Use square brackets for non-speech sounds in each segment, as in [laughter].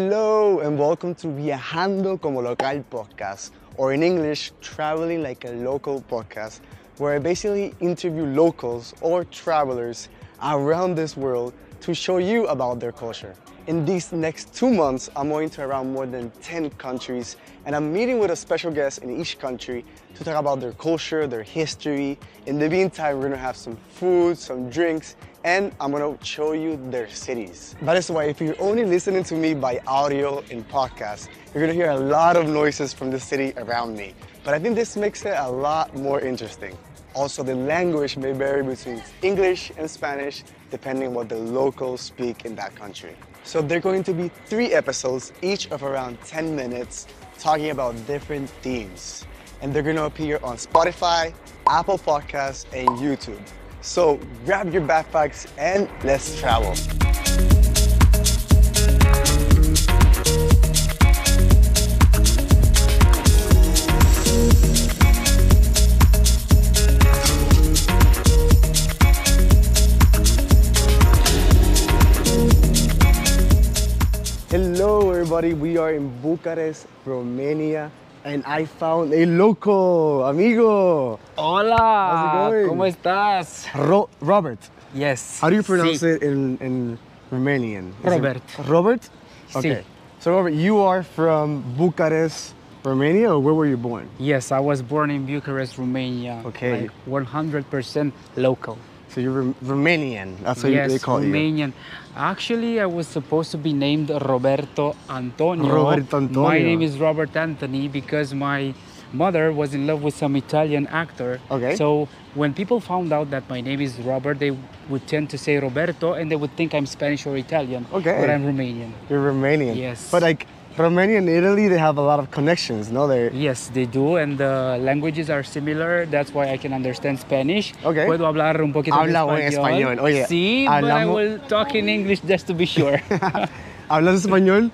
Hello and welcome to Viajando como Local podcast, or in English, Traveling Like a Local podcast, where I basically interview locals or travelers around this world to show you about their culture. In these next two months, I'm going to around more than 10 countries and I'm meeting with a special guest in each country to talk about their culture, their history. In the meantime, we're gonna have some food, some drinks, and I'm gonna show you their cities. That is why if you're only listening to me by audio in podcast, you're gonna hear a lot of noises from the city around me. But I think this makes it a lot more interesting. Also, the language may vary between English and Spanish depending on what the locals speak in that country. So there are going to be three episodes, each of around 10 minutes, talking about different themes. And they're gonna appear on Spotify, Apple Podcasts, and YouTube. So grab your backpacks and let's travel. Hello, everybody. We are in Bucharest, Romania, and I found a local amigo, Hola, How's it going? ¿cómo estás? Ro- Robert. Yes. How do you pronounce Sí. it in, in Romanian? Is it Robert. Robert? Sí. Okay. So, Robert, you are from Bucharest, Romania, or where were you born? Yes, I was born in Bucharest, Romania. Okay. Like 100% local. So, you're Rom- Romanian. That's what you- yes, they call you. Romanian. Actually, I was supposed to be named Roberto Antonio. Robert Antonio. My name is Robert Anthony because my mother was in love with some Italian actor. Okay. So when people found out that my name is Robert, they would tend to say Roberto and they would think I'm Spanish or Italian. Okay. But I'm Romanian. You're Romanian. Yes. But, like, Romania and Italy, they have a lot of connections, no? They Yes, they do, and the languages are similar. That's why I can understand Spanish. Okay. Puedo hablar un poquito Habla buen de español. español. Oye, sí, but I hablamos- will talk in English just to be sure. hablas español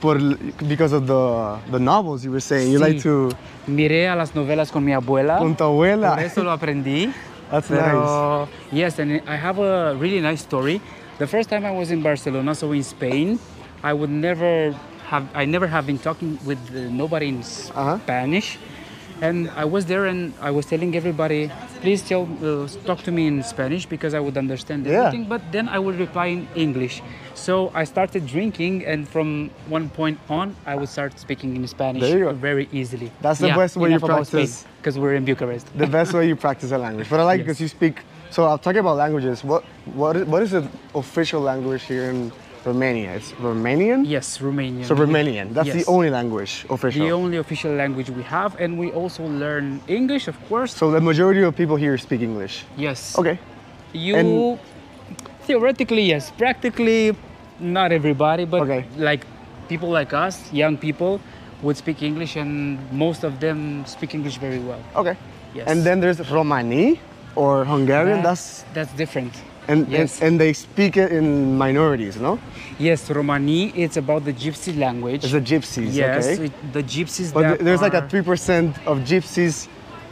por, because of the, the novels you were saying. [laughs] You like Sí. to. Miré a las novelas con mi abuela. Con tu abuela. Por eso lo aprendí. That's Pero, Yes, and I have a really nice story. The first time I was in Barcelona, so in Spain, I would never have I never have been talking with uh, nobody in Uh-huh. Spanish, and I was there and I was telling everybody, please tell uh, talk to me in Spanish because I would understand Yeah. everything. But then I would reply in English. So I started drinking, and from one point on, I would start speaking in Spanish There you go. very easily. That's the best way you practice. Because we're in Bucharest. the best way you practice a language. But I like Yes. because you speak. So I'm talking about languages. What what is, what is the official language here in Romania? It's Romanian. Yes, Romanian. So Romanian. That's the Yes. only language official. The only official language we have, and we also learn English, of course. so the majority of people here speak English. yes. Okay. You and- theoretically yes, practically not everybody, but Okay. like people like us, young people, would speak English, and most of them speak English very well. Okay. Yes. And then there's Romani or Hungarian. That's that's different. and, yes. and and they speak it in minorities, no? yes, Romani. It's about the Gypsy language. It's the gypsies. yes, uh, Okay. it- the Gypsies. But that th- there's like a are- three percent of gypsies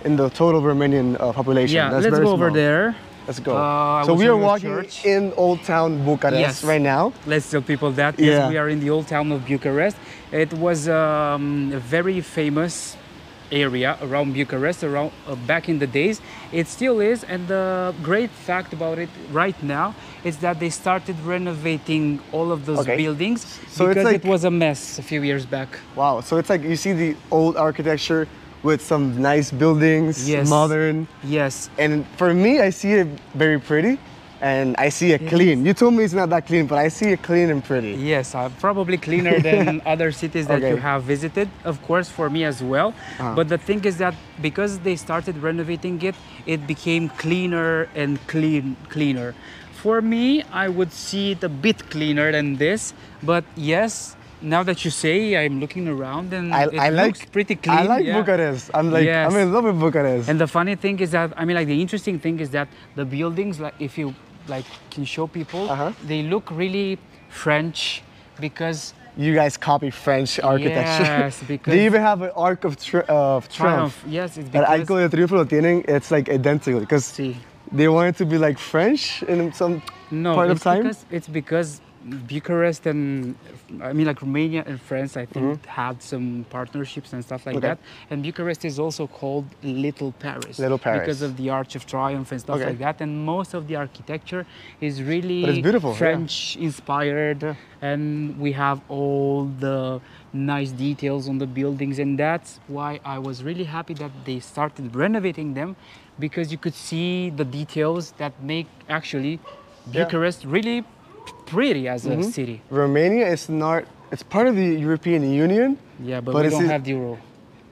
in the total Romanian uh, population. Yeah, That's let's very go over small. there. Let's go. Uh, I so was we are in your walking church. in Old Town Bucharest Yes. right now. Let's tell people that. Yes, Yeah. we are in the old town of Bucharest. It was um, a very famous area around Bucharest around uh, back in the days. It still is, and the great fact about it right now is that they started renovating all of those Okay. buildings So it's because like- it was a mess a few years back. Wow. So it's like you see the old architecture with some nice buildings, Yes. modern. Yes, And for me, I see it very pretty and I see it clean. You told me it's not that clean, but I see it clean and pretty. Yes, I'm probably cleaner than [laughs] other cities that you Okay. have visited, of course, for me as well. Uh-huh. But the thing is that because they started renovating it, it became cleaner and clean cleaner. For me, I would see it a bit cleaner than this, but yes, now that you say, I'm looking around and I, it I like looks pretty clean. I like yeah. Bucharest. I'm like Yes. I'm in love with Bucharest. And the funny thing is that I mean, like the interesting thing is that the buildings, like if you like can show people, Uh-huh. they look really French because you guys copy French architecture. Yes, [laughs] because- they even have an Arc of, tri- of Triumph. Triumph, yes, it's El Arco because- de Triunfo lo tienen. It's like identical because see. they wanted to be like French in some No, part of it's time. because it's because Bucharest and I mean like Romania and France I think had some partnerships and stuff like Mm-hmm. Okay. that. And Bucharest is also called Little Paris. Little Because Paris. of the Arch of Triumph and stuff Okay. like that. And most of the architecture is really beautiful, yeah. French inspired and we have all the nice details on the buildings and that's why I was really happy that they started renovating them because you could see the details that make actually Yeah. Mm-hmm. Bucharest really pretty as a city. Romania is not. It's part of the European Union. Yeah, but, But we is don't it- have the euro.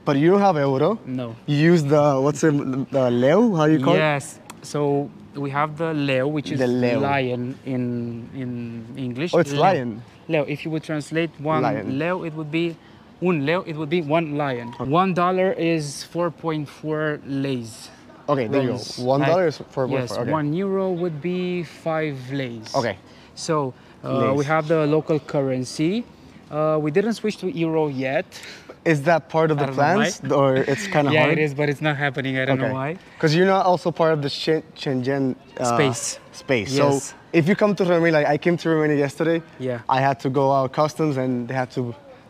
But you don't have euro. No. You use the what's it? The leu? How do you call it? Yes. So we have the Leo, which is The leu. lion in in English. Oh, it's Leu. lion. Leo. If you would translate one Lion. Leo, it would be un Leo. It would be one lion. One dollar is four point four lays. Okay, there you Rolls. go. One Like- dollar is for Yes, for, okay. one euro would be five lays. Okay. So uh, we Lays. have the local currency. Uh, we didn't switch to euro yet. Is that part of the I don't know why. plans, or it's kind of [laughs] yeah, hard? it is, but it's not happening. I don't know why. Because you're not also part of the Shen- Shenzhen uh, Space. Space. Yes. So if you come to Romania, like I came to Romania yesterday. Yeah. I had to go out customs and they had to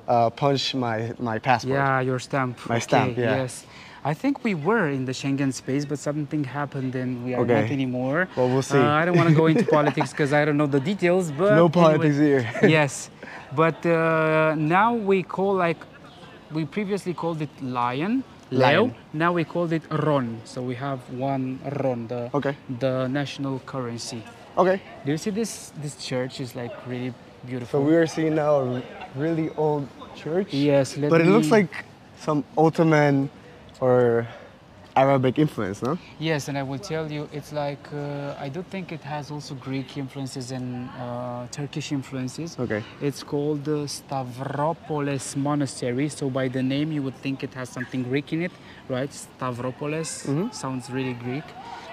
uh, punch my my passport. Yeah, your stamp. My stamp, Okay, yeah. Yes. I think we were in the Schengen space, but something happened and we are Okay. not anymore. Well, we'll see. Uh, I don't want to go [laughs] into politics because I don't know the details, but. No anyway- politics [laughs] here. yes. But uh, now we call like, we previously called it Lion. Leo. Lion. Now we called it Ron. So we have one Ron, the, Okay. the national currency. Okay. Do you see this? This church is like really beautiful. So we are seeing now a really old church. Yes, let but it looks me- like some Ottoman or Arabic influence, no? Yes, and I will tell you, it's like uh, I do think it has also Greek influences and uh, Turkish influences. Okay. It's called uh, Stavropolis Monastery, so by the name you would think it has something Greek in it, right? Stavropolis Mm-hmm. sounds really Greek,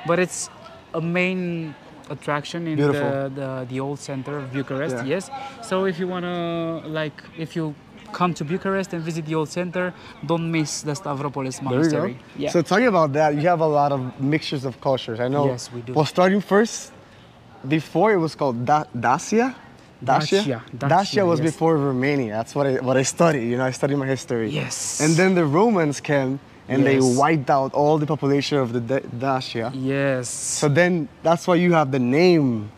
but it's a main attraction in the, Beautiful. the the old center of Bucharest. Yeah. Yes. So if you wanna like if you come to Bucharest and visit the old center, don't miss the Stavropolis There you Monastery. go. Yeah. So talking about that, you have a lot of mixtures of cultures. I know. Yes, we do. Well, starting first, before it was called da- Dacia. Dacia, Dacia. Dacia, was yes. before Romania. That's what I what I study. You know, I study my history. Yes. And then the Romans came and Yes. they wiped out all the population of the Da- Dacia. Yes. So then that's why you have the name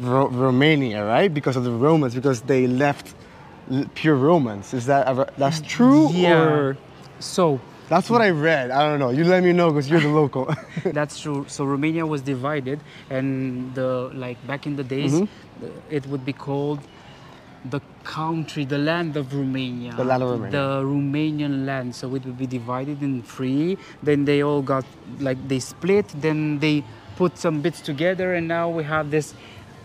Ro- Romania, right? Because of the Romans, because they left l- pure Romans. Is that a- that's true or? so [laughs] That's what I read. I don't know. You let me know because you're the local. [laughs] that's true. So Romania was divided, and the like back in the days, Mm-hmm. uh, it would be called the country, the land of Romania, The land of Romania. the Romanian land. So it would be divided in three. Then they all got like they split. Then they put some bits together, and now we have this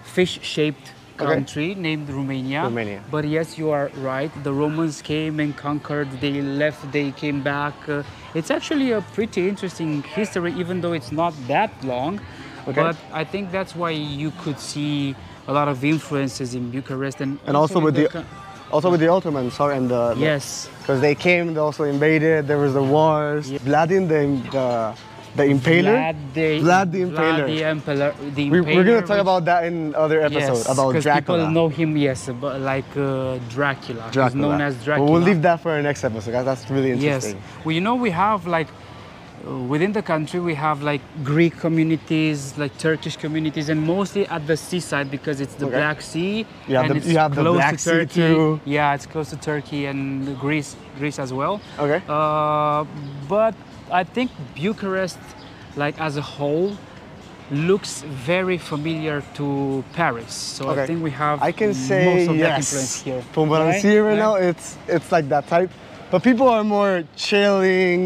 fish-shaped Okay. country named Romania. Romania. But yes, you are right. The Romans came and conquered. They left. They came back. Uh, it's actually a pretty interesting history, even though it's not that long. Okay. But I think that's why you could see a lot of influences in Bucharest and, and also in with the, co- also with the Ottomans, sorry, and the yes, because they came, they also invaded. There was the wars. Vladin the the, the Impaler. Vlad the, Vlad the Vlad Impaler. the Impaler. The we, we're Impaler, gonna talk which- about that in other episode yes, about 'cause Dracula. People know him, yes, but like uh, Dracula. He's Dracula. known as Dracula. But we'll leave that for our next episode, guys. That's really Yes. interesting. Well, you know, we have like uh, within the country we have like Greek communities, like Turkish communities, and mostly at the seaside because it's the Okay. Black Sea. You have and the- it's you have the close Black to Sea Turkey. too. Yeah, it's close to Turkey and Greece, Greece as well. Okay. Uh, but I think Bucharest, like as a whole. Looks very familiar to Paris, so I Okay. think we have I can say most of that influence yes. here. From what I'm Right? seeing right Right? now, it's it's like that type. But people are more chilling.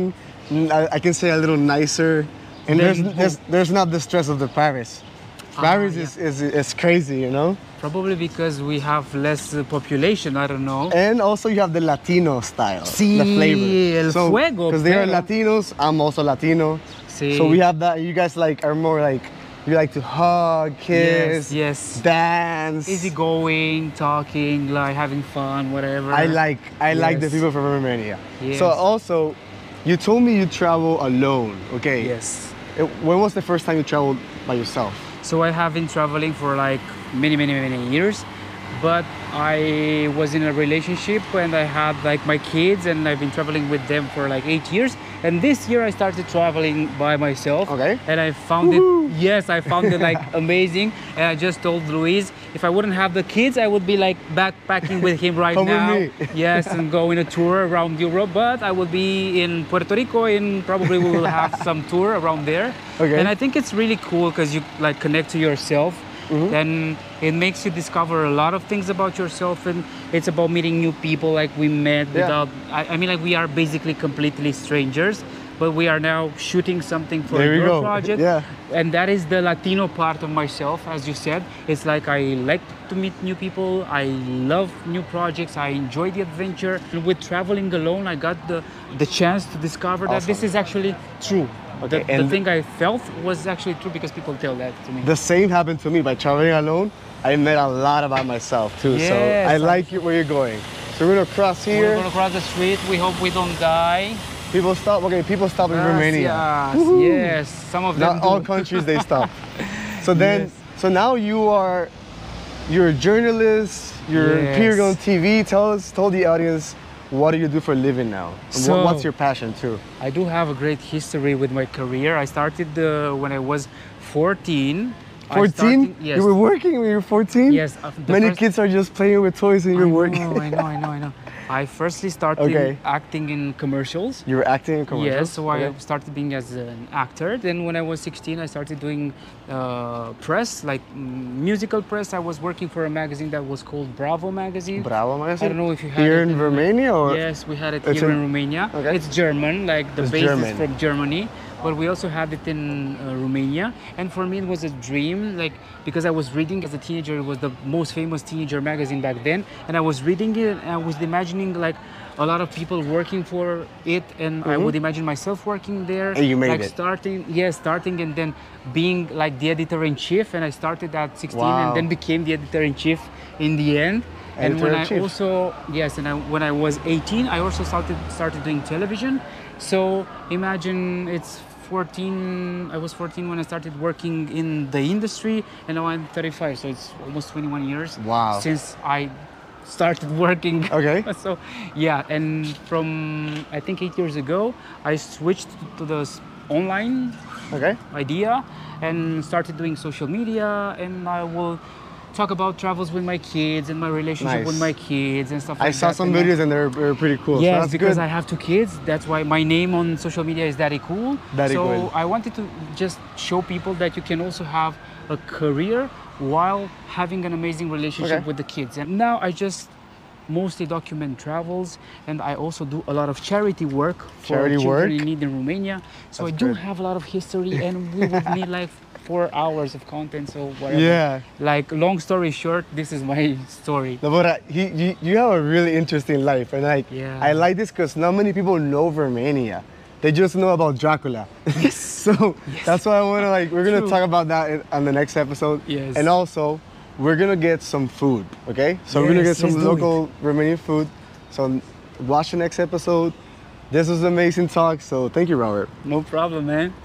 n- I, I can say a little nicer, and Than there's who? there's, there's not the stress of the Paris. Paris oh. Ah, yeah. is, is is crazy, you know. Probably because we have less uh, population, I don't know. And also you have the Latino style, Sí, the flavor. el fuego, because they are pero- Latinos. I'm also Latino. Sí. So we have that. You guys like are more like you like to hug, kiss, yes. dance. Easy going, talking, like having fun, whatever. I like I like the Yes. people from Romania. Yes. So also, you told me you travel alone. Okay. Yes. Uh, When was the first time you traveled by yourself? So I have been traveling for like many, many, many years. but I was in a relationship and I had like my kids and I've been traveling with them for like eight years. And this year I started traveling by myself. Okay. And I found it, yes, I found it [laughs] like amazing. And I just told Luis, if I wouldn't have the kids, I would be like backpacking with him right Come with now. me. [laughs] yes, and go in a tour around Europe. But I will be in Puerto Rico and probably we will [laughs] have some tour around there. Okay. And I think it's really cool because you like connect to yourself. Mm-hmm. Then it makes you discover a lot of things about yourself, and it's about meeting new people. Like we met Yeah. without, I, I mean, like we are basically completely strangers, but we are now shooting something for There you your go. project. Yeah. And that is the Latino part of myself, as you said. It's like I like to meet new people. I love new projects. I enjoy the adventure. And with traveling alone, I got the, the chance to discover that this Awesome. is actually true. Okay, the, the and- thing I felt was actually true because people tell that to me. The same happened to me by traveling alone. I met a lot about myself too. so Yes, I I'm- like it where you're going. So we're gonna cross We're here. gonna cross the street. We hope we don't die. People stop. Okay, people stop in Romania. Yes, yes, some of them. Not all do. countries they [laughs] stop. So then, Yes. so now you are, you're a journalist. You're appearing on Yes. TV. Tell us, tell the audience, what do you do for a living now? And what- what's So- your passion too? I do have a great history with my career. I started uh, when I was 14. I 14? started- yes. You were working when you were 14? Yes, uh, the Many first- kids are just playing with toys and I you're know, working. [laughs] I know, I know, I know. I firstly started Okay. acting in commercials. You were acting in commercials? Yes, so I Okay. started being as an actor. Then when I was 16, I started doing uh, press, like mm, musical press. I was working for a magazine that was called Bravo magazine. Bravo magazine? I don't know if you had Here it in in- Romania or? Yes, we had it It's here in- in Romania. Okay. It's German, like the It's base German. is from Germany, but we also had it in uh, Romania. And for me, it was a dream, like because I was reading as a teenager. It was the most famous teenager magazine back then, and I was reading it, and I was imagining like a lot of people working for it, and I would imagine myself working there. Mm-hmm. And you made like it. starting, yeah, starting, and then being like the editor in chief. And I started at 16, Wow. and then became the editor in chief in the end. And when I Editor-in-chief. also so yes, and I, when I was 18, I also started started doing television. So imagine it's 14. I was 14 when I started working in the industry, and now I'm 35. So it's almost 21 years. Wow. Since I started [laughs] working. Okay. so yeah, and from I think eight years ago, I switched to the s- online Okay. idea and started doing social media and I will talk about travels with my kids and my relationship Nice. with my kids and stuff I like that. saw some And I- videos and they're, they're pretty cool. so Yes, that's because good. I have two kids. That's why my name on social media is Daddy Cool. Daddy so Cool. I wanted to just show people that you can also have a career while having an amazing relationship Okay. with the kids. And now I just mostly document travels and I also do a lot of charity work for Charity children work? in need in Romania. So I That's do good. have a lot of [laughs] history and we would need like four hours of content so whatever. Yeah. Like long story short, this is my story. No, but I- he, you, you have a really interesting life, and like Yeah. I like this because not many people know Romania. They just know about Dracula. [laughs] Yes. so that's why I want to like we're gonna True. talk about that in, on the next episode. Yes. And also, we're gonna get some food. Okay. So we're gonna get Yes, some let's do it. local Romanian food. So watch the next episode. This was amazing talk. So thank you, Robert. No problem, man.